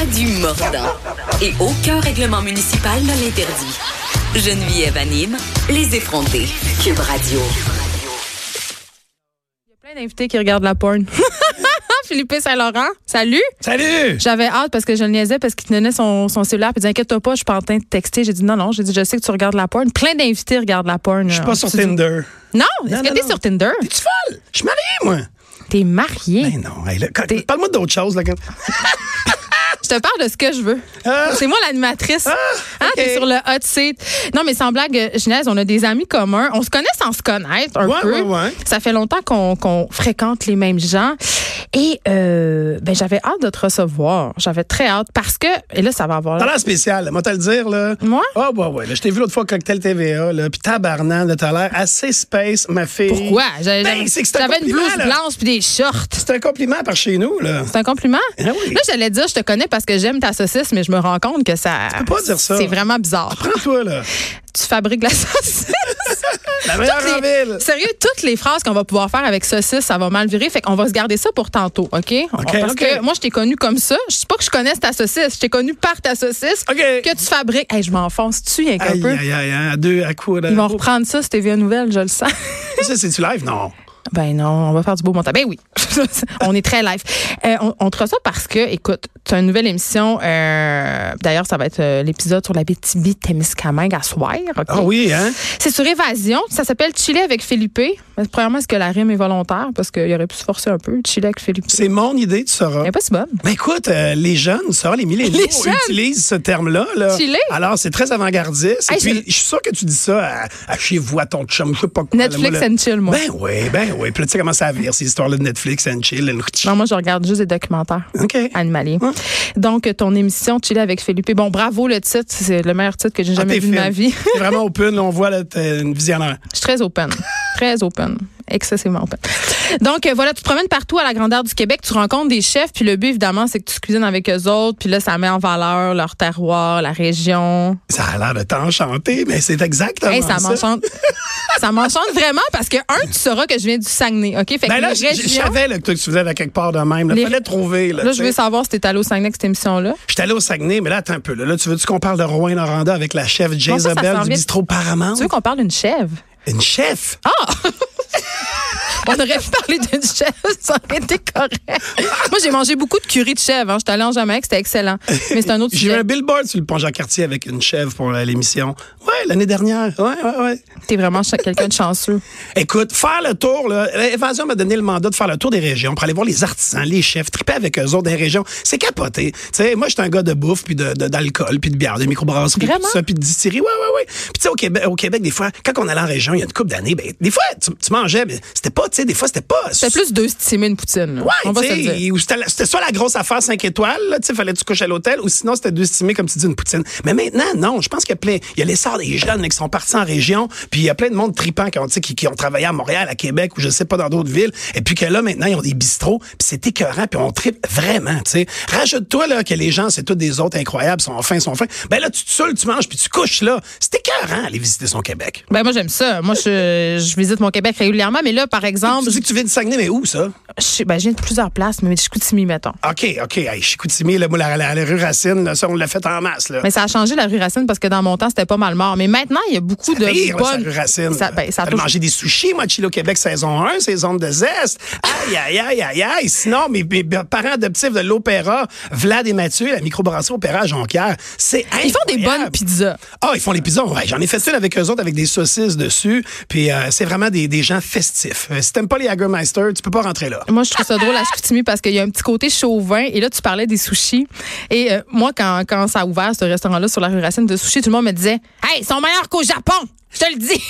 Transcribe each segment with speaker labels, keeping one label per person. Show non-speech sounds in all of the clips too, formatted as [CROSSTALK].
Speaker 1: a du mordant. Et aucun règlement municipal ne l'interdit. Geneviève anime Les effrontés. Cube Radio.
Speaker 2: plein d'invités qui regardent la porn. [LAUGHS] Philippe Saint-Laurent, salut!
Speaker 3: Salut!
Speaker 2: J'avais hâte parce que je le niaisais parce qu'il tenait son, son cellulaire puis il disait inquiète-toi pas, je suis pas en train de texter. J'ai dit non, non, j'ai dit je sais que tu regardes la porn. Plein d'invités regardent la porn. euh,
Speaker 3: Je suis pas sur Tinder.
Speaker 2: Non,
Speaker 3: Non,
Speaker 2: est-ce que
Speaker 3: non,
Speaker 2: t'es
Speaker 3: non.
Speaker 2: sur Tinder?
Speaker 3: T'es-tu folle? Je suis marié, moi.
Speaker 2: T'es marié.
Speaker 3: Ben non, hey, là, quand- parle-moi d'autre chose. Là, quand-
Speaker 2: Je te parle de ce que je veux.
Speaker 3: Ah.
Speaker 2: C'est moi l'animatrice. Hein,
Speaker 3: ok.
Speaker 2: T'es sur le hot seat. Non, mais sans blague, euh, Genèse, on a des amis communs. On se connaît sans se connaître un
Speaker 3: Ouais,
Speaker 2: peu.
Speaker 3: ouais, ouais.
Speaker 2: Ça fait longtemps qu'on qu'on fréquente les mêmes gens. Et euh, ben, j'avais hâte de te recevoir. J'avais très hâte parce que, et là, ça va avoir.
Speaker 3: T'as l'air spécial, moi, te le dire, là.
Speaker 2: Moi?
Speaker 3: Ah, ouais, ouais. là, je t'ai vu l'autre fois au Cocktail TVA, là. Puis tabarnan, là, t'as l'air assez space, ma fille.
Speaker 2: Pourquoi? J'avais
Speaker 3: Ben, c'est que c'est un
Speaker 2: j'avais une
Speaker 3: compliment,
Speaker 2: blouse
Speaker 3: là.
Speaker 2: blanche puis des shorts.
Speaker 3: C'est un compliment par chez nous, là.
Speaker 2: C'est un compliment?
Speaker 3: Ah oui.
Speaker 2: Là, j'allais dire, je te connais parce que j'aime ta saucisse, mais je me rends compte que ça.
Speaker 3: peux pas dire ça.
Speaker 2: C'est vraiment bizarre. [LAUGHS]
Speaker 3: Prends-toi, là.
Speaker 2: Tu fabriques la [LAUGHS] saucisse.
Speaker 3: La meilleure
Speaker 2: Toutes
Speaker 3: en
Speaker 2: les-
Speaker 3: ville.
Speaker 2: Sérieux, toutes les phrases qu'on va pouvoir faire avec saucisse, ça va mal virer. Fait qu'on va se garder ça pour tantôt, OK? On- Parce
Speaker 3: OK.
Speaker 2: que moi, je t'ai connu comme ça. Je sais pas que je connaisse ta saucisse. Je t'ai connu par ta saucisse
Speaker 3: OK.
Speaker 2: que tu fabriques. Hey, je m'enfonce tu rien qu'un
Speaker 3: Aïe,
Speaker 2: peu.
Speaker 3: aïe, aïe, aïe, à deux, à quoi, là?
Speaker 2: Ils vont reprendre ça, c'était TVA Nouvelle, je le sens. [LAUGHS]
Speaker 3: Ça, c'est-tu live? Non.
Speaker 2: Ben non, on va faire du beau montage. Ben oui, [LAUGHS] on est très live. Euh, on, on te reçoit parce que, écoute, tu as une nouvelle émission. euh, D'ailleurs, ça va être euh, l'épisode sur la BTB Témiscamingue à soir. ok?
Speaker 3: Ah oui, hein?
Speaker 2: C'est sur Évasion. Ça s'appelle Chiller avec Felipe. Mais premièrement, est-ce que la rime est volontaire? Parce qu'il aurait pu se forcer un peu. Chiller avec Felipe.
Speaker 3: C'est mon idée, tu sauras.
Speaker 2: Elle est pas si bonne.
Speaker 3: Ben écoute, euh, les jeunes, ça, les milléniaux
Speaker 2: Les jeunes?
Speaker 3: utilisent ce terme-là. Là.
Speaker 2: Tu l'es?
Speaker 3: Alors, c'est très avant-gardiste.
Speaker 2: Hey,
Speaker 3: et puis,
Speaker 2: c'est-
Speaker 3: je suis sûr que tu dis ça à, à chez vous, à ton chum, je sais pas quoi.
Speaker 2: Netflix
Speaker 3: là, moi, là.
Speaker 2: and chill, moi.
Speaker 3: Ben oui, ben oui. Puis là, tu sais comment ça vire, ces histoires-là de Netflix and chill. and-
Speaker 2: Non, moi, je regarde juste des documentaires
Speaker 3: OK. Ah,
Speaker 2: animaliers. Donc, ton émission Chiller avec Felipe. Bon, bravo le titre. C'est le meilleur titre que j'ai
Speaker 3: Ah,
Speaker 2: jamais
Speaker 3: t'es
Speaker 2: vu de
Speaker 3: fine.
Speaker 2: ma vie. [LAUGHS]
Speaker 3: T'es vraiment open, là, on voit là, t'es une visionnaire.
Speaker 2: Je suis très
Speaker 3: [LAUGHS]
Speaker 2: open. très open. Excessivement open. Donc, euh, voilà, tu te promènes partout à la grandeur du Québec, tu rencontres des chefs, puis le but, évidemment, c'est que tu cuisines avec eux autres, puis là, ça met en valeur leur terroir, la région.
Speaker 3: Ça a l'air de t'enchanter, mais c'est exactement
Speaker 2: Hey, ça
Speaker 3: ça.
Speaker 2: m'enchante.
Speaker 3: [LAUGHS]
Speaker 2: ça m'enchante vraiment parce que, un, tu sauras que je viens du Saguenay, OK? Fait que
Speaker 3: Ben là,
Speaker 2: les
Speaker 3: je- je
Speaker 2: régions-
Speaker 3: savais là, que toi, tu faisais à quelque part de même. Il
Speaker 2: Les-
Speaker 3: fallait trouver. Là,
Speaker 2: Là,
Speaker 3: tu
Speaker 2: je
Speaker 3: sais.
Speaker 2: veux savoir si t'es allé au Saguenay avec cette émission-là.
Speaker 3: J'étais allé au Saguenay, mais là, attends un peu. Là, Là, tu veux-tu qu'on parle de Rouen-Noranda avec la chef
Speaker 2: ça, ça
Speaker 3: Jezebel
Speaker 2: s'en
Speaker 3: du
Speaker 2: vient.
Speaker 3: bistrot Paramount?
Speaker 2: Tu veux qu'on parle d'une chèvre?
Speaker 3: Une chef?
Speaker 2: Ah, On aurait pu parler d'une chèvre, [LAUGHS] ça aurait été correct. Moi, j'ai mangé beaucoup de curry de chèvre. Hein. J'étais allée en Jamaïque, c'était excellent. Mais c'est un autre
Speaker 3: [LAUGHS] J'ai eu
Speaker 2: sujet.
Speaker 3: un billboard sur le pont Jean-Cartier avec une chèvre pour euh, l'émission. Ouais, l'année dernière. Ouais, ouais, ouais.
Speaker 2: T'es vraiment ch- quelqu'un de
Speaker 3: [LAUGHS]
Speaker 2: chanceux.
Speaker 3: Écoute, faire le tour, là. Évasion m'a donné le mandat de faire le tour des régions pour aller voir les artisans, les chefs, triper avec eux autres des régions. C'est capoté. Tu sais, moi, j'étais un gars de bouffe, puis de- de- d'alcool, puis de bière, de microbrasserie, puis
Speaker 2: Vraiment?
Speaker 3: tout ça, puis de distillerie. Ouais, ouais, ouais. Puis tu sais, au Québec, au Québec, des fois, quand on allait en région, il y a une couple d'années, ben, des fois, tu, tu mangeais, mais c'était pas, tu sais, des fois, c'était pas.
Speaker 2: C'était plus deux stimés une poutine. là. On
Speaker 3: Ouais,
Speaker 2: va
Speaker 3: tu
Speaker 2: se le dire.
Speaker 3: sais, ou c'était la- c'était soit la grosse affaire 5 étoiles, là, tu sais, fallait que tu couches à l'hôtel, ou sinon c'était deux estimés, comme tu dis, une poutine. Mais maintenant, non, je pense qu'il y a plein, il y a l'essor des jeunes là, qui sont partis en région, puis il y a plein de monde tripant qui ont, tu sais, qui, qui ont travaillé à Montréal, à Québec, ou je sais pas, dans d'autres villes, et puis que là, maintenant, ils ont des bistrots, puis c'est écœurant, puis on tripe vraiment, tu sais. Rajoute-toi, là, que les gens, c'est tous des autres incroyables, sont fins, sont fins. Ben là, tu te saoules, tu manges, puis tu couches, là. C'est écœurant, aller visiter son Québec.
Speaker 2: Ben moi j'aime ça. Moi je, je visite mon Québec régulièrement, mais là par exemple,
Speaker 3: Tu dis que tu viens de Saguenay, mais où, ça?
Speaker 2: je, suis- ben, je viens de plusieurs places, mais je Chicoutimi mettons.
Speaker 3: OK, OK. Hey, Chicoutimi, là, moi, la, la- la rue Racine, là, ça, on l'a fait en masse. Là.
Speaker 2: Mais ça a changé la rue Racine parce que dans mon temps c'était pas mal mort, mais maintenant il y a beaucoup de
Speaker 3: Pire, là,
Speaker 2: bonnes.
Speaker 3: la rue Racine.
Speaker 2: Ça- ben, ça a
Speaker 3: T'as
Speaker 2: toujours-
Speaker 3: mangé des sushis, moi, de Chilo Québec, saison 1, saison de zeste. Aïe, aïe, aïe, aïe, aïe. Sinon, mes, mes parents adoptifs de l'Opéra, Vlad et Mathieu, la microbrasserie Opéra à Jonquière, c'est
Speaker 2: Ils font des
Speaker 3: incroyable.
Speaker 2: bonnes pizzas.
Speaker 3: Ah, ils font les pizzas. Ouais, j'en ai fait une avec eux autres, avec des saucisses dessus. Puis euh, c'est vraiment des, des gens festifs. Euh, si t'aimes pas les Hagermeister, tu peux pas rentrer là. [LAUGHS]
Speaker 2: Moi, je trouve ça drôle à Chicoutimi parce qu'il y a un petit côté chauvin. Et là, tu parlais des sushis. Et euh, moi, quand, quand ça a ouvert, ce restaurant-là, sur la rue Racine de sushis, tout le monde me disait Hey, ils sont meilleurs qu'au Japon! Je te le
Speaker 3: [LAUGHS]
Speaker 2: dis!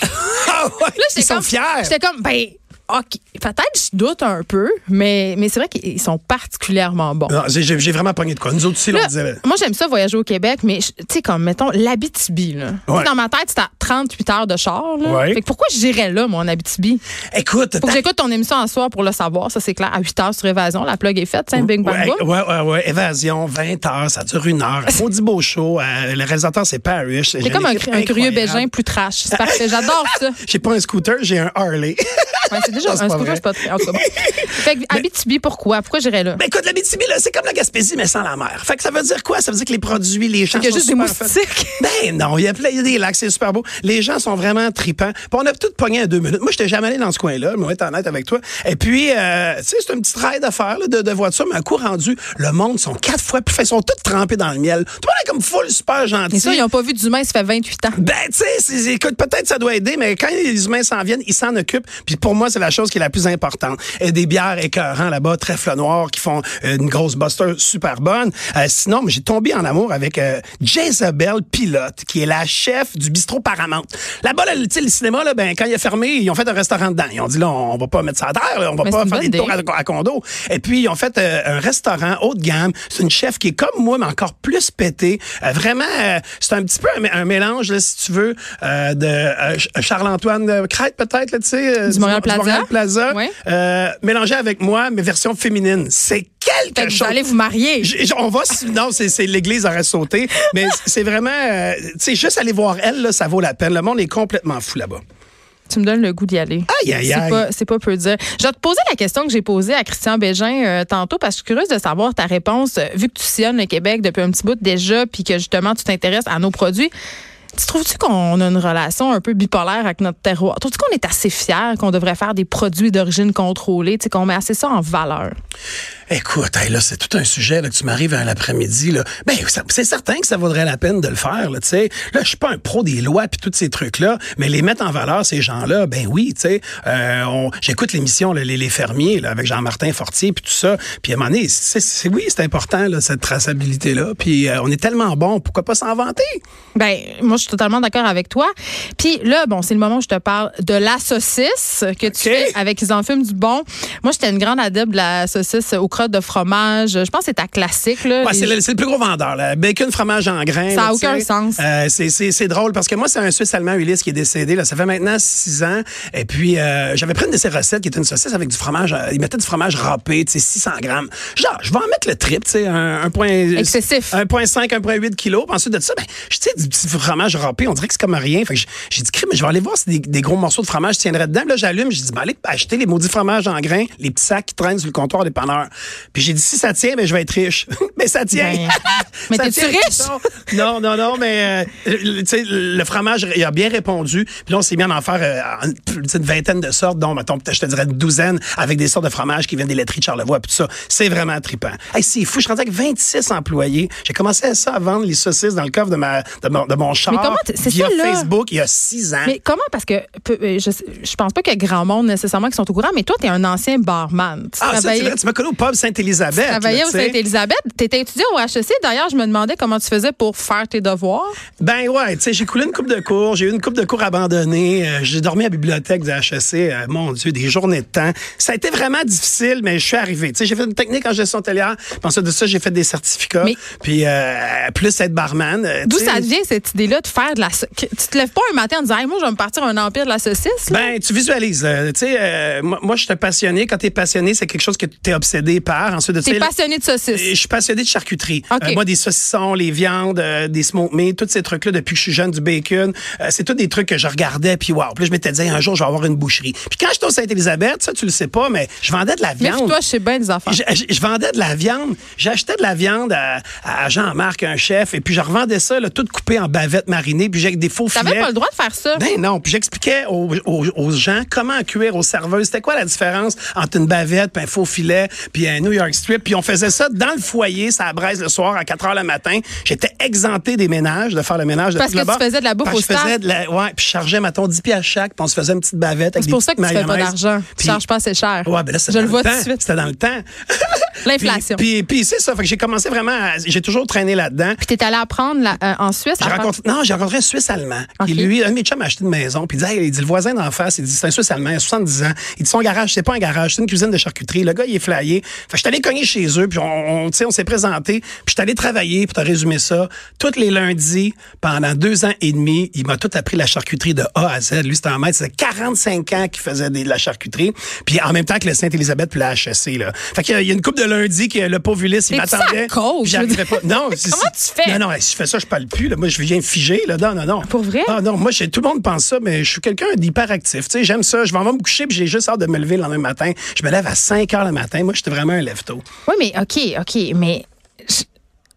Speaker 3: Ah, ouais,
Speaker 2: Là,
Speaker 3: ils
Speaker 2: j'étais
Speaker 3: sont
Speaker 2: comme-
Speaker 3: fiers.
Speaker 2: J'étais comme, ben, OK. Peut-être je doute un peu, mais, mais c'est vrai qu'ils sont particulièrement bons.
Speaker 3: Non, j'ai- J'ai j'ai vraiment pogné de quoi. Nous autres aussi, là,
Speaker 2: Là,
Speaker 3: on disait. ben, là,
Speaker 2: moi, j'aime ça voyager au Québec, mais je- tu sais, comme, mettons, l'Abitibi, là. Tu sais,
Speaker 3: Ouais.
Speaker 2: Dans ma tête, c'est à 38 heures de char, là.
Speaker 3: Ouais.
Speaker 2: Fait que pourquoi j'irais là, moi, en Abitibi?
Speaker 3: Écoute,
Speaker 2: Faut que j'écoute ton émission en soir pour le savoir, ça, c'est clair. À 8 heures sur Évasion, la plug est faite, c'est un bing bang
Speaker 3: Ouais,
Speaker 2: boom.
Speaker 3: ouais, ouais, ouais. Évasion, 20 heures, ça dure
Speaker 2: [LAUGHS]
Speaker 3: une heure. Maudit beau show. euh, le réalisateur, c'est Parrish.
Speaker 2: C'est
Speaker 3: [LAUGHS]
Speaker 2: comme un, un curieux bégin plus trash. C'est parfait. J'adore ça.
Speaker 3: J'ai pas un scooter, j'ai un Harley. [LAUGHS]
Speaker 2: Ouais, c'est déjà
Speaker 3: Non, c'est
Speaker 2: un
Speaker 3: pas
Speaker 2: spot,
Speaker 3: vrai.
Speaker 2: c'est pas très- en tout cas,
Speaker 3: [LAUGHS]
Speaker 2: bon. Fait que Abitibi, pourquoi? Pourquoi j'irais là?
Speaker 3: Ben écoute, la BTB, là, c'est comme la Gaspésie, mais sans la mer. Fait que ça veut dire quoi? Ça veut dire que les produits, les gens
Speaker 2: Fait qu'il y a
Speaker 3: sont
Speaker 2: juste des
Speaker 3: super fun.
Speaker 2: moustiques.
Speaker 3: [LAUGHS] Ben non, il y a plein, il y a des lacs, c'est super beau. Les gens sont vraiment tripants. Puis on a tout pogné en deux minutes. Moi, j'étais jamais allé dans ce coin-là, mais on va être honnête avec toi. Et puis, euh, tu sais, c'est un petit ride à faire là, de, de voiture, mais un coup rendu, le monde sont quatre fois plus... fait, Ils sont tous trempés dans le miel. Tout le monde est comme full, super gentil.
Speaker 2: Et ça, ils n'ont pas vu d'humain, ça fait 28 ans.
Speaker 3: Ben, tu sais, c'est- écoute, peut-être ça doit aider, mais quand les humains s'en viennent, ils s'en occupent. Puis pour moi, c'est la chose qui est la plus importante. Et des bières écœurantes là-bas, trèfle noir, qui font euh, une grosse buster super bonne. Euh, sinon, mais j'ai tombé en amour avec euh, Jezebel Pilote, qui est la chef du bistrot Paramount. Là-bas, là, tu sais, le cinéma, là, ben, quand il a fermé, ils ont fait un restaurant dedans. Ils ont dit, là, on va pas mettre ça à terre, là, on va
Speaker 2: Mais
Speaker 3: pas
Speaker 2: c'est une
Speaker 3: faire des
Speaker 2: bonne
Speaker 3: tours
Speaker 2: idée.
Speaker 3: à à condo. Et puis, ils ont fait euh, un restaurant haut de gamme. C'est une chef qui est comme moi, mais encore plus pétée. Euh, vraiment, euh, c'est un petit peu un, mé- un mélange, là, si tu veux, euh, de euh, Ch- Charles-Antoine euh, Crête, peut-être, là, tu sais. euh,
Speaker 2: Du Montréal
Speaker 3: Mo-
Speaker 2: Plaza.
Speaker 3: Plaza.
Speaker 2: Ouais.
Speaker 3: Euh, mélangé avec moi, mais version féminine. C'est quelque
Speaker 2: Fait que vous
Speaker 3: chose.
Speaker 2: allez vous marier.
Speaker 3: J- j- on va, s- non, c'est c'est l'église aurait sauté, mais c- c'est vraiment, euh, tu sais, juste aller voir elle, là, ça vaut la peine. Le monde est complètement fou là-bas.
Speaker 2: Tu me donnes le goût d'y aller.
Speaker 3: Aïe, aïe, aïe.
Speaker 2: C'est pas, c'est pas peu dire. Je vais te poser la question que j'ai posée à Christian Bégin euh, tantôt parce que je suis curieuse de savoir ta réponse. Euh, Vu que tu sillonnes le Québec depuis un petit bout déjà puis que justement tu t'intéresses à nos produits, tu trouves-tu qu'on a une relation un peu bipolaire avec notre terroir? Trouves-tu qu'on est assez fiers qu'on devrait faire des produits d'origine contrôlée, tu sais, qu'on met assez ça en valeur?
Speaker 3: Écoute, hey, là, c'est tout un sujet là, que tu m'arrives à l'après-midi. Là. Ben, ça- c'est certain que ça vaudrait la peine de le faire. Là, tu sais. là je suis pas un pro des lois puis tous ces trucs-là, mais les mettre en valeur, ces gens-là, ben oui, tu sais. Euh, on- j'écoute l'émission là, les, les fermiers là, avec Jean-Martin Fortier puis tout ça. Puis à un moment donné, c'est, c'est- oui, c'est important, là, cette traçabilité-là. Puis euh, on est tellement bon, pourquoi pas s'en vanter?
Speaker 2: Ben, moi, je suis totalement d'accord avec toi. Puis là, bon, c'est le moment où je te parle de la saucisse que tu fais avec Ils en fument du bon. Moi, j'étais une grande adepte de la saucisse aux crottes de fromage. Je pense que c'est ta classique, là.
Speaker 3: Ouais,
Speaker 2: Les-
Speaker 3: c'est, le, c'est le plus gros vendeur. Là. Bacon, fromage en grains.
Speaker 2: Ça a
Speaker 3: là, tu
Speaker 2: aucun
Speaker 3: sais.
Speaker 2: sens.
Speaker 3: Euh, c'est, c'est, c'est drôle parce que moi, c'est un Suisse allemand, Ulysse, qui est décédé. Là. Ça fait maintenant six ans. Et puis, euh, j'avais pris une de ses recettes qui était une saucisse avec du fromage. euh, il mettait du fromage râpé, tu sais, 600 grammes. Genre, je vais en mettre le triple, tu sais, un, un point.
Speaker 2: Excessif.
Speaker 3: 1,5, 1,8 kilos. Puis ensuite de ça, ben, je sais, du petit fromage râpé, on dirait que c'est comme rien. Fait que j- j'ai dit, crème, mais je vais aller voir si des, des gros morceaux de fromage tiendraient dedans. Puis Là, j'allume, j'ai dit, ben, allez acheter les maudits fromages en grains, les petits sacs qui traînent sur le comptoir des panneurs. Puis j'ai dit, si ça tient, ben, je vais être riche. [LAUGHS] mais ça tient.
Speaker 2: Ben,
Speaker 3: [LAUGHS]
Speaker 2: mais
Speaker 3: Ça
Speaker 2: t'es-tu
Speaker 3: tient,
Speaker 2: riche?
Speaker 3: Non, non, non, mais euh, le- tu sais, le fromage, il a bien répondu. Puis là, on s'est mis à en faire euh, en- plus d'une vingtaine de sortes, dont, mettons, peut-être, je te dirais une douzaine, avec des sortes de fromages qui viennent des laiteries de Charlevoix, puis tout ça. C'est vraiment trippant. Hey, c'est fou, je suis rendu avec 26 employés. J'ai commencé à ça à vendre les saucisses dans le coffre de, ma, de, mon, de mon char
Speaker 2: comment t- c'est
Speaker 3: via
Speaker 2: ça, là?
Speaker 3: Facebook il y a 6 ans.
Speaker 2: Mais comment? Parce que peu- euh, je, je pense pas qu'il y a grand monde nécessairement qui sont au courant, mais toi, tu es un ancien barman. Tu
Speaker 3: ah, ça, c'est
Speaker 2: travaillais-
Speaker 3: vrai, tu m'as connu au pub Sainte-Élisabeth.
Speaker 2: tu
Speaker 3: là,
Speaker 2: travaillais au
Speaker 3: tu sais.
Speaker 2: Sainte-Élisabeth. Tu étais étudiant au HEC. D'ailleurs, je me demandais comment tu faisais pour faire tes devoirs.
Speaker 3: Ben ouais, tu sais, j'ai coulé une coupe de cours, j'ai eu une coupe de cours abandonnée, euh, j'ai dormi à la bibliothèque de HEC, euh, mon Dieu, des journées de temps. Ça a été vraiment difficile, mais je suis arrivé. Tu sais, j'ai fait une technique en gestion hôtelière, puis ensuite de ça, j'ai fait des certificats,
Speaker 2: Mais-
Speaker 3: puis euh, plus être barman. euh,
Speaker 2: D'où
Speaker 3: tu sais.
Speaker 2: ça vient cette idée-là de faire de la sau- que- Tu te lèves pas un matin en disant Hey, moi je vais me partir un empire de la saucisse là.
Speaker 3: Ben, tu visualises. là. Tu sais, euh, moi, moi, je suis un passionné. Quand t'es passionné, c'est quelque chose que t'es obsédé par. Ensuite de ça,
Speaker 2: T'es
Speaker 3: là-
Speaker 2: passionné de
Speaker 3: Je
Speaker 2: saucisse.
Speaker 3: suis passionné de charcuterie.
Speaker 2: OK.
Speaker 3: Euh, moi, des saucissons, les viandes, euh, des smoked meat, tous ces trucs-là, depuis que je suis jeune, du bacon. euh, c'est tous des trucs que je regardais, puis wow. Puis là, je m'étais dit, un jour, je vais avoir une boucherie. Puis quand j'étais au Sainte-Élisabeth, ça, tu le sais pas, mais je vendais de la
Speaker 2: Mais
Speaker 3: viande.
Speaker 2: toi, je sais bien des affaires.
Speaker 3: Je, je- je vendais de la viande. J'achetais de la viande à, à Jean-Marc, un chef, et puis je revendais ça, là, tout coupé en bavette marinée, puis j'ai avec des faux filets.
Speaker 2: T'avais pas le droit de faire ça.
Speaker 3: Ben non, puis j'expliquais aux, aux- aux gens comment cuire aux serveuses. C'était quoi la différence entre une bavette, puis un faux filet, puis un New York strip. Puis on faisait ça dans le foyer, ça braise le soir à 4 heures le matin. J'étais exempté des ménages, de faire le ménage de
Speaker 2: Parce
Speaker 3: tout
Speaker 2: que
Speaker 3: le bord.
Speaker 2: tu faisais de la bouffe
Speaker 3: Parce que
Speaker 2: au
Speaker 3: je faisais
Speaker 2: staff.
Speaker 3: de la, ouais, puis je chargeais, mettons, 10 pieds à chaque, puis on se faisait une petite bavette avec
Speaker 2: C'est
Speaker 3: des
Speaker 2: pour ça que tu
Speaker 3: petites
Speaker 2: fais pas
Speaker 3: mayonnaises.
Speaker 2: d'argent. Tu
Speaker 3: Puis-
Speaker 2: charges pas assez cher.
Speaker 3: Ouais, ben
Speaker 2: je
Speaker 3: là, c'était
Speaker 2: le
Speaker 3: dans
Speaker 2: vois
Speaker 3: le
Speaker 2: tout de
Speaker 3: temps.
Speaker 2: suite.
Speaker 3: C'était dans le temps.
Speaker 2: [LAUGHS] L'inflation. Puis
Speaker 3: Puis, puis, puis c'est ça. Fait que j'ai commencé vraiment à- J'ai toujours traîné là-dedans.
Speaker 2: t'es allé apprendre là, euh, en Suisse.
Speaker 3: J'ai
Speaker 2: à faire-
Speaker 3: rencontré, non, j'ai rencontré un Suisse allemand. Qui,
Speaker 2: Ok.
Speaker 3: lui, un de mes chums a acheté une maison. Puis il dit, Hey, il dit, le voisin d'en face, il dit, c'est un Suisse allemand, il a 70 ans. Il dit, son garage, c'est pas un garage, c'est une cuisine de charcuterie. Le gars, il est flyé. Fait que je suis allé cogner chez eux, puis on, on, tu sais, on s'est présenté. Puis je suis allé travailler, pour te résumer ça, tous les lundis, pendant deux ans et demi, il m'a tout appris la charcuterie de A à Z. Lui, c'était en maître. Ça faisait 45 ans qu'il faisait des- de la charcuterie. Puis en même temps que le Sainte-Élisabeth puis la HEC, là. Fait qu'il y a- il y a une coupe de lundi que le pauvre Ulysse, il
Speaker 2: T'es-tu à
Speaker 3: m'attendait.
Speaker 2: cause?
Speaker 3: puis j'arrivais pas. Non, c'est-
Speaker 2: Comment
Speaker 3: c'est-
Speaker 2: tu fais?
Speaker 3: Non, non, non, hey, si je fais ça, je parle plus. là. Moi, je viens figé. diminuer. Là. Non, non, non.
Speaker 2: Pour vrai?
Speaker 3: Ah non, moi, j'ai- tout le monde pense ça, mais je suis quelqu'un d'hyperactif. Tu sais, j'aime ça. Je m'en vais me coucher, puis j'ai juste hâte de me lever le lendemain matin. Je me lève à 5 heures le matin. Moi, j'étais vraiment un lève-tôt.
Speaker 2: Oui, mais OK, OK, mais je-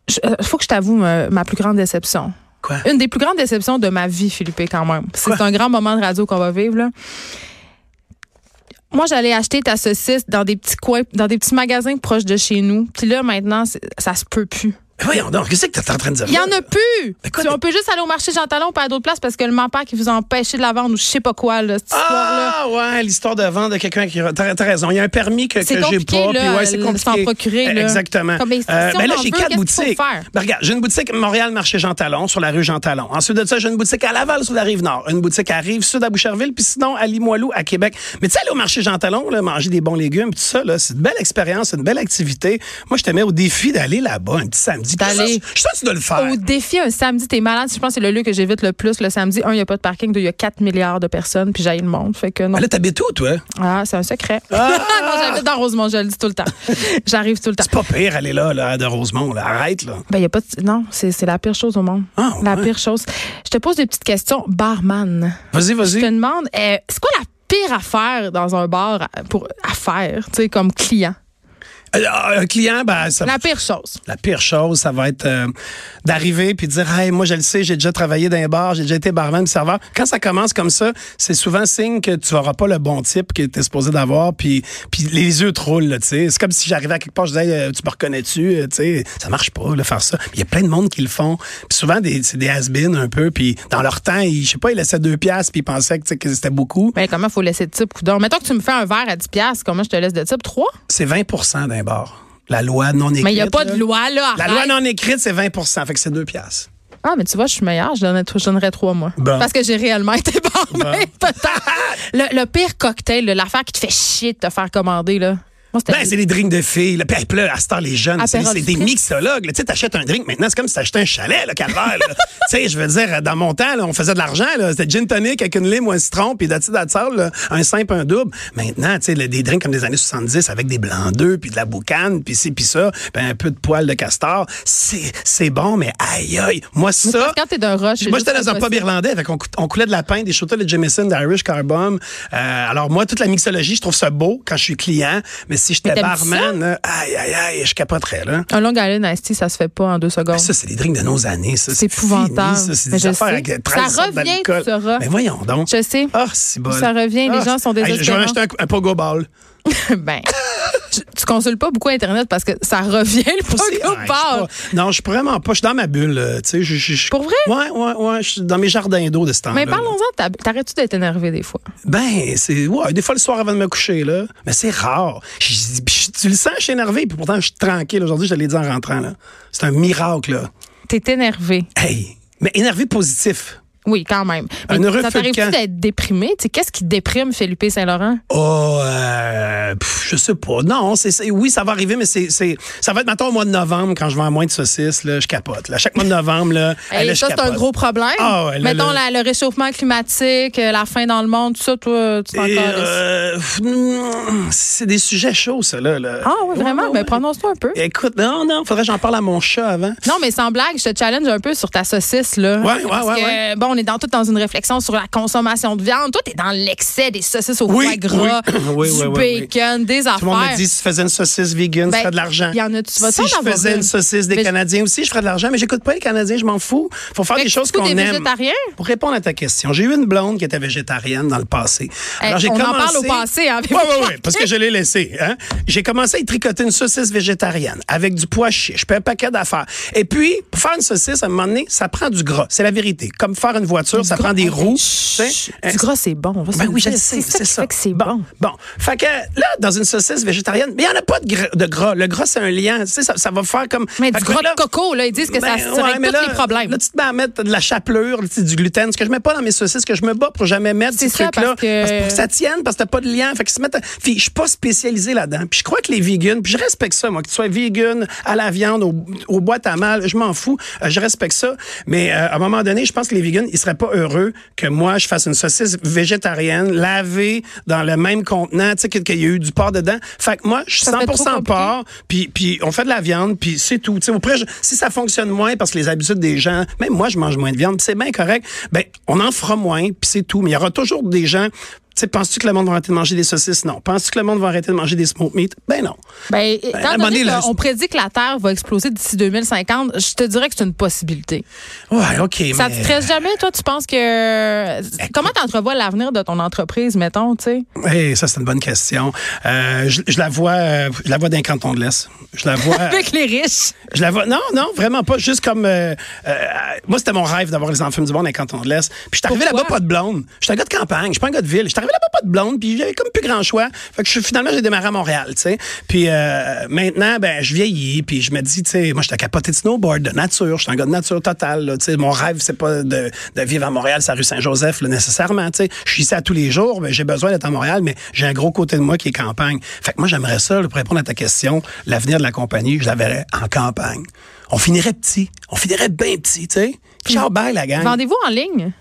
Speaker 2: je- euh, faut que je t'avoue ma, ma plus grande déception.
Speaker 3: Quoi?
Speaker 2: Une des plus grandes déceptions de ma vie, Philippe, quand même. C'est
Speaker 3: Quoi?
Speaker 2: un grand moment de radio qu'on va vivre, là. Moi, j'allais acheter ta saucisse dans des petits coins, dans des petits magasins proches de chez nous. Puis là, maintenant, c'est- ça se peut plus.
Speaker 3: Mais voyons donc, qu'est-ce que t'es en train de dire?
Speaker 2: Il y en a plus!
Speaker 3: Écoute,
Speaker 2: Tu- on peut juste aller au marché Jean Talon pas à d'autres places parce que le menteur qui vous a empêché de la vendre ou je sais pas quoi, là, cette histoire-là.
Speaker 3: Ah ouais, l'histoire de vente de quelqu'un qui t'as t'as raison, il y a un permis que, que
Speaker 2: C'est
Speaker 3: j'ai
Speaker 2: compliqué,
Speaker 3: pas puis
Speaker 2: là,
Speaker 3: ouais, c'est
Speaker 2: le-
Speaker 3: compliqué.
Speaker 2: s'en procurer,
Speaker 3: Eh,
Speaker 2: là.
Speaker 3: Exactement.
Speaker 2: Comme, ben, si on
Speaker 3: ben là
Speaker 2: en
Speaker 3: j'ai
Speaker 2: veut, qu'est-ce
Speaker 3: quatre
Speaker 2: qu'il faut
Speaker 3: boutiques.
Speaker 2: faire?
Speaker 3: Ben, regarde, j'ai une boutique Montréal marché Jean Talon sur la rue Jean Talon. Ensuite de ça, j'ai une boutique à Laval sur la rive Nord, une boutique à Rive Sud à Boucherville, puis sinon à Limoilou à Québec. Mais tu sais aller au marché Jean Talon là, manger des bons légumes, puis tout ça là, c'est une belle expérience, c'est une belle activité. Moi je te mets au défi d'aller là-bas un petit samedi. Puis ça,
Speaker 2: D'aller.
Speaker 3: Je suis sûr que tu dois le faire.
Speaker 2: Au défi, un samedi, t'es malade. Je pense que c'est le lieu que j'évite le plus. Le samedi, un, il n'y a pas de parking. Deux, il y a 4 milliards de personnes. Puis j'aille le monde. Fait que non.
Speaker 3: Ben là t'habites où toi
Speaker 2: Ah, c'est un secret. [LAUGHS] non, j'habite dans Rosemont, je le dis tout le temps. J'arrive tout le temps.
Speaker 3: C'est pas pire aller là, là de Rosemont, là. arrête là.
Speaker 2: Ben, y a pas de- Non, c'est c'est la pire chose au monde.
Speaker 3: Ah,
Speaker 2: La
Speaker 3: ouais.
Speaker 2: pire chose. Je te pose des petites questions. Barman,
Speaker 3: Vas-y,
Speaker 2: je te
Speaker 3: vas-y.
Speaker 2: demande, euh, c'est quoi la pire affaire dans un bar à- pour à faire, tu sais, comme client?
Speaker 3: Euh, Un client ben ça
Speaker 2: La pire chose.
Speaker 3: La pire chose, ça va être euh, d'arriver puis de dire hey, moi je le sais, j'ai déjà travaillé dans un bar, j'ai déjà été barman, puis serveur. Quand ça commence comme ça, c'est souvent signe que tu n'auras pas le bon type que tu es supposé d'avoir puis puis les yeux te roulent, là, tu sais. C'est comme si j'arrivais à quelque part, je disais Hey, euh, tu me reconnais-tu, Euh, tu sais, ça marche pas de faire ça. Il y a plein de monde qui le font. Puis souvent des c'est des has-been un peu puis dans leur temps, ils, je sais pas, ils laissaient deux piastres puis ils pensaient que, tu sais, que c'était beaucoup.
Speaker 2: Ben, comment faut laisser de type, coudon? Mettons que tu me fais un verre à 10$, piastres, comment je te laisse de type? 3?
Speaker 3: C'est 20 d'un bar. La loi non écrite.
Speaker 2: Mais il n'y a pas de
Speaker 3: là.
Speaker 2: loi, là.
Speaker 3: La
Speaker 2: arrête.
Speaker 3: loi non écrite, c'est 20 fait que c'est deux piastres.
Speaker 2: Ah, mais tu vois, je suis meilleure. Je donnerais, je donnerais trois mois.
Speaker 3: Bon.
Speaker 2: Parce que j'ai réellement été [LAUGHS]
Speaker 3: Ben.
Speaker 2: barmaid, peut-être. Le, le pire cocktail, là, l'affaire qui te fait chier de te faire commander, là. Moi, c'était-
Speaker 3: Ben, c'est des drinks de filles. Là. Puis, hey, puis là, à ce temps, les jeunes, c'est
Speaker 2: Aperol
Speaker 3: c'est des
Speaker 2: Spritz.
Speaker 3: mixologues. là. Tu sais, t'achètes un drink maintenant, c'est comme si t'achetais un chalet, là, calvaire.
Speaker 2: [LAUGHS]
Speaker 3: là. tu sais, je veux dire, dans mon temps, là, on faisait de l'argent. là. C'était gin tonic avec une lime ou un citron, puis that's it, that's all, là. un simple, un double. Maintenant, tu sais, le- des drinks comme des années 70 avec des blancs d'œufs, puis de la boucane, puis ci, puis ça, puis un peu de poils de castor. C'est c'est bon, mais aïe, aïe. Moi, ça.
Speaker 2: Quand t'es d'un rush.
Speaker 3: Moi,
Speaker 2: c'est
Speaker 3: j'étais
Speaker 2: juste
Speaker 3: dans un pub
Speaker 2: impossible.
Speaker 3: irlandais. Fait qu'on cou- on coulait de la pinte, des shooters de Jameson, d'Irish Car Bomb. Euh, alors, moi, toute la mixologie, je trouve ça beau quand je suis client. Mais si
Speaker 2: Mais
Speaker 3: j'étais
Speaker 2: t'aimes
Speaker 3: barman, là, aïe, aïe, aïe, je capoterais, là.
Speaker 2: Un Long Island Iced Tea, ça se fait pas en deux secondes.
Speaker 3: Ça, c'est des drinks de nos années, ça.
Speaker 2: C'est épouvantable.
Speaker 3: fini, ça. C'est
Speaker 2: Mais
Speaker 3: des
Speaker 2: je
Speaker 3: affaires
Speaker 2: sais.
Speaker 3: avec 13
Speaker 2: Ça
Speaker 3: sortes
Speaker 2: revient,
Speaker 3: d'alcool.
Speaker 2: tu sauras.
Speaker 3: Mais voyons donc.
Speaker 2: Je sais.
Speaker 3: Ah, c'est bon.
Speaker 2: Ça revient, les
Speaker 3: Ah,
Speaker 2: gens sont
Speaker 3: c'est- Hey, Je vais
Speaker 2: désespérants.
Speaker 3: acheter un, un pogo ball.
Speaker 2: [LAUGHS] ben, tu, tu consultes pas beaucoup Internet parce que ça revient le
Speaker 3: C'est-
Speaker 2: pogo
Speaker 3: ah, je suis
Speaker 2: bar.
Speaker 3: pas- Non, je suis vraiment pas. Je suis dans ma bulle, là, tu sais. je- je- je-
Speaker 2: Pour vrai?
Speaker 3: Ouais, ouais, ouais. Je suis dans mes jardins d'eau de ce temps-là.
Speaker 2: Mais
Speaker 3: Ah, là.
Speaker 2: parlons-en, de ta- t'arrêtes-tu d'être énervé des fois?
Speaker 3: Ben, c'est. Ouais, des fois le soir avant de me coucher, là. Mais c'est rare. Je- je- je- tu le sens, je suis énervé, puis pourtant, je suis tranquille. Aujourd'hui, je te l'ai dit en rentrant, là. C'est un miracle, là.
Speaker 2: T'es énervé.
Speaker 3: Hey! Mais énervé positif.
Speaker 2: Oui, quand même.
Speaker 3: Un heureux
Speaker 2: ça
Speaker 3: feu de
Speaker 2: t'arrive-tu
Speaker 3: camp.
Speaker 2: d'être déprimé? Tu sais, Qu'est-ce qui déprime Philippe Saint-Laurent?
Speaker 3: Oh, euh, pff, je sais pas. Non, c'est, c'est- oui, ça va arriver, mais c'est, c'est- ça va être maintenant au mois de novembre quand je vends moins de saucisses, là, je capote. Là. Chaque mois de novembre, là,
Speaker 2: [LAUGHS] Hey,
Speaker 3: Ah, là, je
Speaker 2: ça, c'est un
Speaker 3: capote.
Speaker 2: gros problème.
Speaker 3: Ah ouais, là,
Speaker 2: Mettons
Speaker 3: là-
Speaker 2: la- le réchauffement climatique, euh, la faim dans le monde, tout ça, toi, tu t'en
Speaker 3: Et,
Speaker 2: encore.
Speaker 3: euh, pff, mm, c'est des sujets chauds, ça, là. là.
Speaker 2: Ah oui, vraiment?
Speaker 3: Ouais,
Speaker 2: Ben,
Speaker 3: ouais.
Speaker 2: prononce-toi un peu.
Speaker 3: Écoute, non, non, faudrait que j'en parle à mon chat avant.
Speaker 2: Non, mais sans blague, je te challenge un peu sur ta saucisse, là.
Speaker 3: Ouais, ouais,
Speaker 2: Parce
Speaker 3: ouais,
Speaker 2: que,
Speaker 3: ouais.
Speaker 2: bon, on est dans, tout dans une réflexion sur la consommation de viande. Toi, t'es dans l'excès des saucisses au
Speaker 3: Oui,
Speaker 2: foie gras,
Speaker 3: [COUGHS] oui. Oui,
Speaker 2: du
Speaker 3: oui, oui, oui.
Speaker 2: bacon, des affaires.
Speaker 3: Tout le monde me dit si tu faisais une saucisse vegan,
Speaker 2: Ben,
Speaker 3: tu ferais de l'argent.
Speaker 2: il y en a- tu vas
Speaker 3: Si
Speaker 2: t'en
Speaker 3: je
Speaker 2: avoir
Speaker 3: faisais
Speaker 2: une.
Speaker 3: une saucisse des
Speaker 2: Mais je-
Speaker 3: Canadiens aussi, je ferais de l'argent, mais j'écoute pas les Canadiens, je m'en fous. Faut faire
Speaker 2: Fait
Speaker 3: des
Speaker 2: que
Speaker 3: choses
Speaker 2: tu fous
Speaker 3: qu'on
Speaker 2: des
Speaker 3: aime.
Speaker 2: végétariens?
Speaker 3: Pour répondre à ta question, j'ai eu une blonde qui était végétarienne dans le passé.
Speaker 2: Hey,
Speaker 3: Alors, j'ai
Speaker 2: on en
Speaker 3: commencé-
Speaker 2: parle au passé, hein,
Speaker 3: Oui, oui, oui, parce que je l'ai laissé. hein. J'ai commencé à y tricoter une saucisse végétarienne avec du pois chiche, puis un paquet d'affaires. Et puis, pour faire une saucisse, à un moment donné, ça prend du gras. C'est la vérité. Comme faire une voiture, ça
Speaker 2: gras,
Speaker 3: prend des
Speaker 2: hey,
Speaker 3: roues. tu sais.
Speaker 2: Chut, Du gras, c'est bon. on va se
Speaker 3: Ben
Speaker 2: le
Speaker 3: oui, je
Speaker 2: dire.
Speaker 3: le sais, c'est
Speaker 2: qui
Speaker 3: ça.
Speaker 2: fait que c'est bon.
Speaker 3: Bon, fait que là, dans une saucisse végétarienne, mais il n'y en a pas de, gra- de gras. Le gras, c'est un lien. Tu sais, ça, ça va faire comme.
Speaker 2: Mais
Speaker 3: Fait
Speaker 2: du
Speaker 3: que
Speaker 2: gras
Speaker 3: là-
Speaker 2: de coco, là, ils disent que ça,
Speaker 3: Ben,
Speaker 2: ça
Speaker 3: ouais,
Speaker 2: règle
Speaker 3: mais
Speaker 2: tous
Speaker 3: là-
Speaker 2: les problèmes.
Speaker 3: Là, tu te mets à mettre de la chapelure, tu sais, du gluten, ce que je mets pas dans mes saucisses, que je me bats pour jamais mettre
Speaker 2: C'est
Speaker 3: ces
Speaker 2: ça,
Speaker 3: trucs-là.
Speaker 2: parce que-
Speaker 3: pour que ça tienne, parce que t'as pas de lien. Fait qu'ils se mettent à- Puis je suis pas spécialisé là-dedans. Puis je crois que les vegans, puis je respecte ça, moi, que tu sois vegan, à la viande, aux au boîtes à mal, je m'en fous. Euh, je respecte ça. Mais euh, à un moment donné, je pense que les vegans, ils seraient pas heureux que moi, je fasse une saucisse végétarienne, lavée dans le même contenant, tu sais, qu'il y a eu du porc de dedans. Fait que moi, je suis
Speaker 2: Ça fait
Speaker 3: 100
Speaker 2: trop
Speaker 3: porc, puis, puis on fait de la viande, puis c'est tout. Tu sais, au près, je- si ça fonctionne moins parce que les habitudes des gens, même moi, je mange moins de viande, puis c'est bien correct, ben on en fera moins, puis c'est tout. Mais il y aura toujours des gens... Tu sais, penses-tu que le monde va arrêter de manger des saucisses? Non. Penses-tu que le monde va arrêter de manger des smoked meat? Ben non.
Speaker 2: Ben, étant
Speaker 3: à un moment
Speaker 2: donné
Speaker 3: donné,
Speaker 2: qu'on
Speaker 3: le-
Speaker 2: prédit que la Terre va exploser d'ici 2050, je te dirais que c'est une possibilité.
Speaker 3: Ouais, OK, mais... Ben,
Speaker 2: Ça te stresse jamais, toi? Tu penses que. Comment t'entrevois l'avenir de ton entreprise, mettons, tu sais?
Speaker 3: Hey, ça, c'est une bonne question. Euh, je, je la vois, euh, je la vois d'un canton de l'Est. Je la
Speaker 2: [LAUGHS]
Speaker 3: vois.
Speaker 2: Avec les riches.
Speaker 3: je la vois. Non, non, vraiment pas. Juste comme. euh, euh, moi, c'était mon rêve d'avoir les enfants du monde d'un canton de l'Est. Puis je suis arrivé
Speaker 2: Pourquoi?
Speaker 3: là-bas pas de blonde. Je suis un gars de campagne. Je suis pas un gars de ville. Je suis arrivé là-bas pas de blonde. Puis j'avais comme plus grand choix. Fait que je, suis- finalement, j'ai démarré à Montréal, tu sais. Puis euh, maintenant, ben, je vieillis. Puis je me dis, tu sais, moi, j'étais capoté de snowboard, de nature. Je suis un gars de nature totale, là, tu sais. Mon rêve, c'est pas de, de vivre à Montréal, c'est la rue Saint-Joseph, là, nécessairement, tu sais. Je suis ici à tous les jours. ben, j'ai besoin d'être à Montréal, mais j'ai un gros côté de moi qui est campagne. Fait que moi, j'aimerais ça, là, pour répondre à ta question, l'avenir de la compagnie, je la verrais en campagne. On finirait petit. On finirait bien petit, tu sais. Ciao, bye, la gang.
Speaker 2: Vendez-vous en ligne?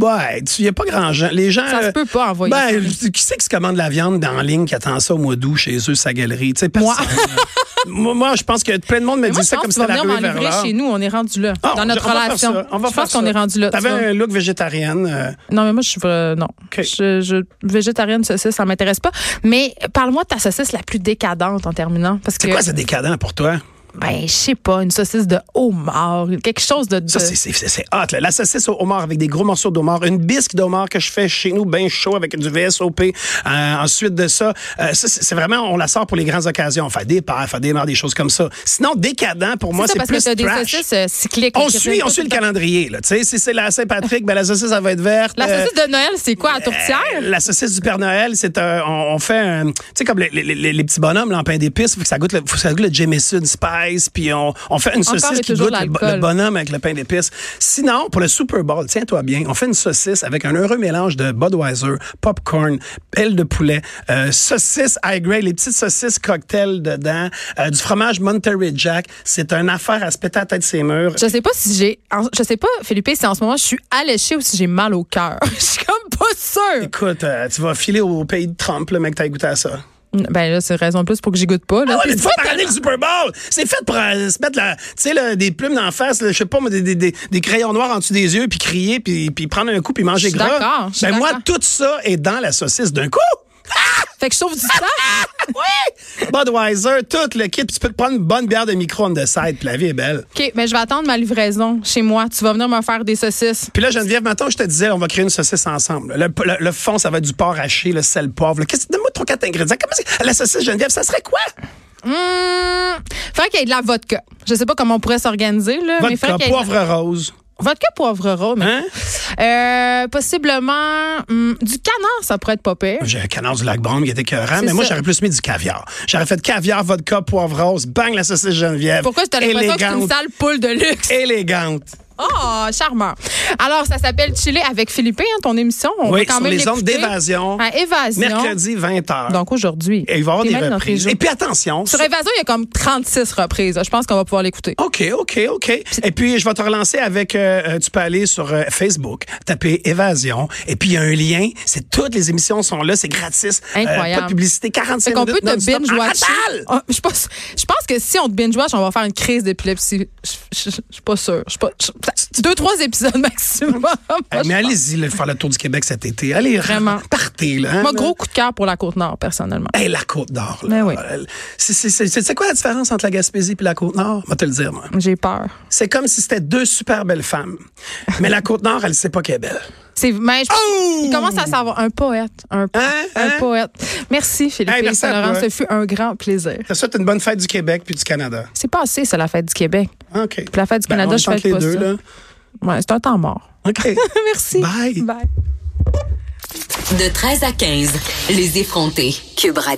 Speaker 3: Ouais, tu y a pas grand gens. Les gens.
Speaker 2: Ça se
Speaker 3: euh,
Speaker 2: peut pas envoyer ça.
Speaker 3: Ben, je- qui c'est qui se commande la viande en ligne qui attend ça au mois d'août chez eux, sa galerie? Tu sais, personne.
Speaker 2: [LAUGHS]
Speaker 3: moi, moi, je pense que plein de monde me
Speaker 2: Mais moi,
Speaker 3: dit
Speaker 2: je
Speaker 3: ça
Speaker 2: pense que tu
Speaker 3: comme si
Speaker 2: vas
Speaker 3: la
Speaker 2: venir
Speaker 3: ruée vers
Speaker 2: m'enivrer
Speaker 3: l'or.
Speaker 2: chez nous. On est rendu là,
Speaker 3: Ah,
Speaker 2: dans
Speaker 3: on-
Speaker 2: notre
Speaker 3: on va faire
Speaker 2: relation.
Speaker 3: ça, on va
Speaker 2: je
Speaker 3: faire
Speaker 2: pense qu'on
Speaker 3: ça.
Speaker 2: est rendu là. tu
Speaker 3: T'avais
Speaker 2: vois.
Speaker 3: un look végétarienne. euh,
Speaker 2: Non, mais moi, je suis. euh, non.
Speaker 3: OK.
Speaker 2: Je, je- végétarienne, saucisse, ça m'intéresse pas. Mais parle-moi de ta saucisse la plus décadente en terminant. Parce
Speaker 3: c'est
Speaker 2: que,
Speaker 3: quoi, c'est décadent pour toi?
Speaker 2: ben, je sais pas, une saucisse de homard, quelque chose de. de-
Speaker 3: Ça, c'est- c'est c'est- c'est hot. Là. La saucisse au homard avec des gros morceaux d'homard. Une bisque d'homard que je fais chez nous, bien chaud, avec du VSOP. Euh, ensuite de ça, euh, ça, c'est c'est vraiment, on la sort pour les grandes occasions. Faire des pères, faire des mères, des choses comme ça. Sinon, décadent, pour moi,
Speaker 2: ça,
Speaker 3: c'est
Speaker 2: parce
Speaker 3: plus
Speaker 2: que t'as des
Speaker 3: trash.
Speaker 2: saucisses euh, cycliques.
Speaker 3: On
Speaker 2: qui
Speaker 3: suit,
Speaker 2: reviennent
Speaker 3: on
Speaker 2: pas
Speaker 3: suit le
Speaker 2: tout temps.
Speaker 3: calendrier. Là. Tu sais, Si c'est la Saint-Patrick, ben, la saucisse, elle va être verte.
Speaker 2: La
Speaker 3: Euh,
Speaker 2: saucisse de Noël, c'est quoi, à tourtière?
Speaker 3: la saucisse du Père Noël, c'est un, on, on fait un, tu sais comme les, les- les- les petits bonhommes là, en pain d'épices, faut que ça goûte le, faut que ça goûte le Jameson Spice, puis on, on fait une
Speaker 2: Encore
Speaker 3: saucisse
Speaker 2: et
Speaker 3: qui
Speaker 2: toujours
Speaker 3: goûte le, bo-
Speaker 2: l'alcool.
Speaker 3: le bonhomme avec le pain d'épices. Sinon, pour le Super Bowl, tiens-toi bien, on fait une saucisse avec un heureux mélange de Budweiser, popcorn, aile de poulet, euh, saucisse high grade, les petites saucisses cocktail dedans, euh, du fromage Monterey Jack. C'est une affaire à se péter la tête ses murs.
Speaker 2: Je sais pas si j'ai. en- Je sais pas, Philippe, si en ce moment je suis alléchée ou si j'ai mal au cœur. [LAUGHS] Je suis comme pas sûre.
Speaker 3: Écoute, euh, tu vas filer au pays de Trump, le mec, t'as goûté à ça.
Speaker 2: Ben là, c'est raison de plus pour que j'y goûte pas. Là.
Speaker 3: Ah ouais,
Speaker 2: Puis
Speaker 3: mais tu vas parler le Super Bowl. C'est fait pour euh, se mettre la, tu sais, là, des plumes d'en face, là, je sais pas, moi, des, des, des, des crayons noirs en dessous des yeux, puis crier, puis, puis prendre un coup, puis manger
Speaker 2: Je suis
Speaker 3: gras.
Speaker 2: d'accord, je suis
Speaker 3: Ben moi,
Speaker 2: d'accord.
Speaker 3: tout ça est dans la saucisse d'un coup.
Speaker 2: Fait que je sauve
Speaker 3: [LAUGHS]
Speaker 2: du temps.
Speaker 3: oui! [LAUGHS] Budweiser, tout le kit, puis tu peux te prendre une bonne bière de micro on the side, puis la vie est belle.
Speaker 2: OK, mais je vais attendre ma livraison chez moi. Tu vas venir me faire des saucisses.
Speaker 3: Puis là, Geneviève, maintenant, je te disais, on va créer une saucisse ensemble. Le, le- le fond, ça va être du porc haché, le sel, le poivre. là. Qu'est-ce que donne-moi trois, quatre ingrédients? Comment c'est- la saucisse, Geneviève, ça serait quoi?
Speaker 2: Hum, faudrait qu'il y ait de la vodka. Je sais pas comment on pourrait s'organiser, là. mais faudrait
Speaker 3: Vodka,
Speaker 2: qu'il y ait de-
Speaker 3: poivre rose.
Speaker 2: Vodka, poivre rose. mais-
Speaker 3: Hein?
Speaker 2: Euh, possiblement hum, du canard, ça pourrait être pas pire.
Speaker 3: J'ai un canard du lac Brome qui était écœurant,
Speaker 2: C'est
Speaker 3: mais moi,
Speaker 2: ça.
Speaker 3: j'aurais plus mis du caviar. J'aurais fait caviar, vodka, poivre rose, bang, la saucisse Geneviève.
Speaker 2: Pourquoi je te l'impression que c'est une
Speaker 3: Élégante. Eh.
Speaker 2: sale poule de luxe?
Speaker 3: Élégante.
Speaker 2: Oh, charmant. Alors, ça s'appelle Chili avec Philippe, hein, ton émission. On
Speaker 3: oui,
Speaker 2: va quand
Speaker 3: sur
Speaker 2: même
Speaker 3: les ondes
Speaker 2: l'écouter.
Speaker 3: d'évasion.
Speaker 2: À Évasion.
Speaker 3: Mercredi, 20h.
Speaker 2: Donc aujourd'hui.
Speaker 3: Et il va y avoir
Speaker 2: T'es
Speaker 3: des
Speaker 2: mal dans tes
Speaker 3: reprises.
Speaker 2: jours.
Speaker 3: Et puis, attention.
Speaker 2: Sur Évasion, il y a comme 36 reprises. Je pense qu'on va pouvoir l'écouter.
Speaker 3: OK, OK, OK. Et puis, je vais te relancer avec, euh, euh, tu peux aller sur euh, Facebook, taper Évasion. Et puis, il y a un lien. C'est toutes les émissions sont là. C'est gratis. Euh,
Speaker 2: Incroyable.
Speaker 3: pas de publicité. 45
Speaker 2: Fait qu'on peut
Speaker 3: minutes
Speaker 2: te
Speaker 3: non-stop. Ah,
Speaker 2: binge
Speaker 3: En
Speaker 2: watcher.
Speaker 3: rafale!
Speaker 2: je, pense, je pense que si on te binge watch, on va faire une crise d'épilepsie. Je je- je- je suis pas sûre. Je suis pas- je- deux, trois épisodes maximum.
Speaker 3: Eh, mais allez-y, là, faire le tour du Québec cet été. Allez,
Speaker 2: Vraiment.
Speaker 3: Partez, là. hein,
Speaker 2: Moi,
Speaker 3: là.
Speaker 2: gros coup de cœur pour la Côte-Nord, personnellement.
Speaker 3: Hey, la Côte-Nord. là.
Speaker 2: Ben oui.
Speaker 3: C'est- c'est- C'est c'est- c'est quoi la différence entre la Gaspésie et la Côte-Nord? Je vais te le dire, moi.
Speaker 2: J'ai peur.
Speaker 3: C'est comme si c'était deux super belles femmes. Mais la Côte-Nord, elle sait pas qu'elle est belle.
Speaker 2: C'est, mais je-
Speaker 3: Oh!
Speaker 2: Il commence à savoir. Un poète. Un, po-
Speaker 3: Hein?
Speaker 2: un
Speaker 3: Hein?
Speaker 2: poète. Merci, Philippe
Speaker 3: Hey,
Speaker 2: et
Speaker 3: merci à
Speaker 2: Saint-Laurent.
Speaker 3: toi.
Speaker 2: Ce fut un grand plaisir.
Speaker 3: Ça souhaite une bonne fête du Québec puis du Canada.
Speaker 2: C'est passé, ça, la fête du Québec.
Speaker 3: OK. Puis
Speaker 2: la fête du Canada, je fête
Speaker 3: les
Speaker 2: pas
Speaker 3: deux,
Speaker 2: ça.
Speaker 3: là.
Speaker 2: Ouais, c'est un temps mort.
Speaker 3: OK.
Speaker 2: [LAUGHS] Merci.
Speaker 3: Bye.
Speaker 2: Bye.
Speaker 1: De 13 à 15, les effrontés. Cube Radio.